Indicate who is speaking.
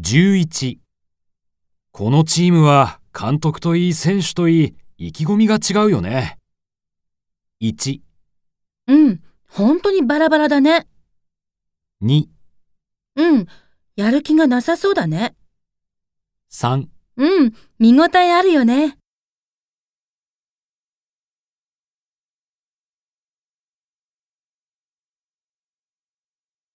Speaker 1: 11このチームは監督といい選手といい意気込みが違うよね。1、
Speaker 2: うん、本当にバラバラだね。
Speaker 1: 2、
Speaker 2: うん、やる気がなさそうだね。
Speaker 1: 3
Speaker 2: うん、見応えあるよね。